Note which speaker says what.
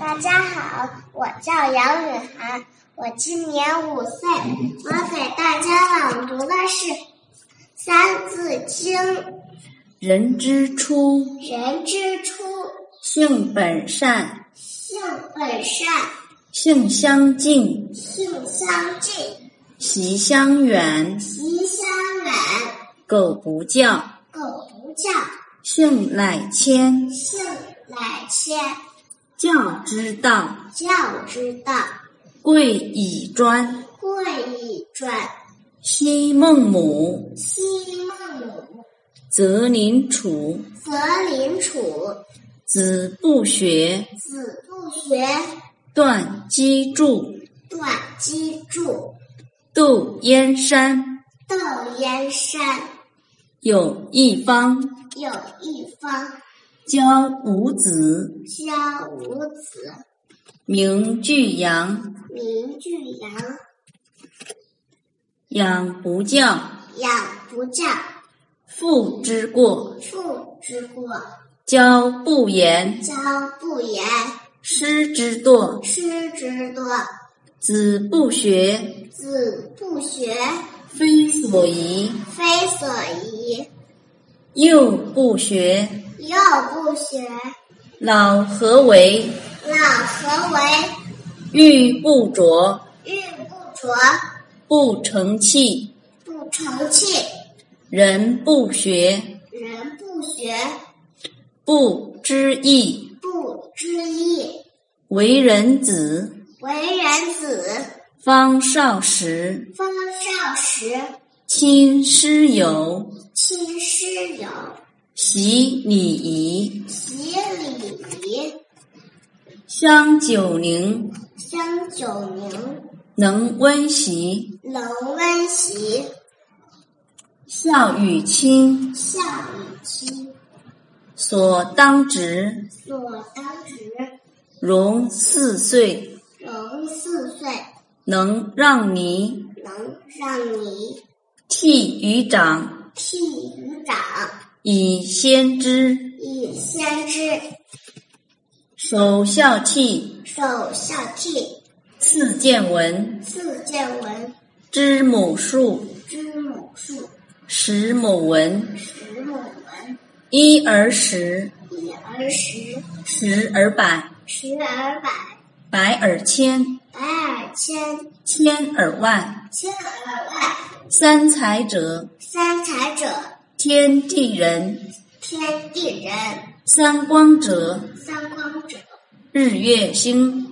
Speaker 1: 大家好，我叫杨雨涵，我今年五岁。我给大家朗读的是《三字经》：
Speaker 2: 人之初，
Speaker 1: 人之初，
Speaker 2: 性本善，
Speaker 1: 性本善，
Speaker 2: 性相近，
Speaker 1: 性相近，
Speaker 2: 习相远。
Speaker 1: 习相远。
Speaker 2: 苟不教，
Speaker 1: 苟不教，
Speaker 2: 性乃迁。
Speaker 1: 性乃迁。
Speaker 2: 教之道，
Speaker 1: 教之道，
Speaker 2: 贵以专。
Speaker 1: 贵以专。
Speaker 2: 昔孟母，
Speaker 1: 昔孟母，
Speaker 2: 择邻处，
Speaker 1: 择邻处，
Speaker 2: 子不学，
Speaker 1: 子不学，
Speaker 2: 断机杼。
Speaker 1: 断机杼。
Speaker 2: 渡燕山，
Speaker 1: 窦燕山，
Speaker 2: 有义方，
Speaker 1: 有一方，
Speaker 2: 教五子，
Speaker 1: 教五子，
Speaker 2: 名俱扬。
Speaker 1: 名俱扬。
Speaker 2: 养不教，
Speaker 1: 养不教，
Speaker 2: 父之过；
Speaker 1: 父之过；
Speaker 2: 教不严，
Speaker 1: 教不严，
Speaker 2: 师之惰；
Speaker 1: 师之惰。
Speaker 2: 子不学，
Speaker 1: 子不学，
Speaker 2: 非所宜；
Speaker 1: 非所宜；
Speaker 2: 幼不学，
Speaker 1: 幼不学，
Speaker 2: 老何为？
Speaker 1: 老何为？
Speaker 2: 玉不琢，
Speaker 1: 玉不琢，
Speaker 2: 不成器；
Speaker 1: 不成器；
Speaker 2: 人不学，
Speaker 1: 人不学，
Speaker 2: 不知义。
Speaker 1: 不知义。
Speaker 2: 为人子，
Speaker 1: 为人子，
Speaker 2: 方少时，
Speaker 1: 方少时，
Speaker 2: 亲师友，
Speaker 1: 亲师友，
Speaker 2: 习礼仪，
Speaker 1: 习礼仪，
Speaker 2: 香九龄，
Speaker 1: 香九龄，
Speaker 2: 能温席。
Speaker 1: 能温席，
Speaker 2: 孝与亲，
Speaker 1: 孝与亲，
Speaker 2: 所当执，
Speaker 1: 所当执，
Speaker 2: 融四岁，
Speaker 1: 融四岁，
Speaker 2: 能让梨，
Speaker 1: 能让梨，
Speaker 2: 悌于长，
Speaker 1: 悌于长，
Speaker 2: 以先知，
Speaker 1: 以先知，
Speaker 2: 首孝悌，
Speaker 1: 首孝悌，
Speaker 2: 次见闻，
Speaker 1: 次见闻，
Speaker 2: 知母数，
Speaker 1: 知母数，
Speaker 2: 识母文，
Speaker 1: 识母文，
Speaker 2: 一而十，
Speaker 1: 一而十，
Speaker 2: 十而百，
Speaker 1: 十而百，
Speaker 2: 百而千，
Speaker 1: 百而千，
Speaker 2: 千而万。
Speaker 1: 千而万。
Speaker 2: 三才者，
Speaker 1: 三才者，
Speaker 2: 天地人；
Speaker 1: 天地人；
Speaker 2: 三光者，
Speaker 1: 三光者，
Speaker 2: 日月星。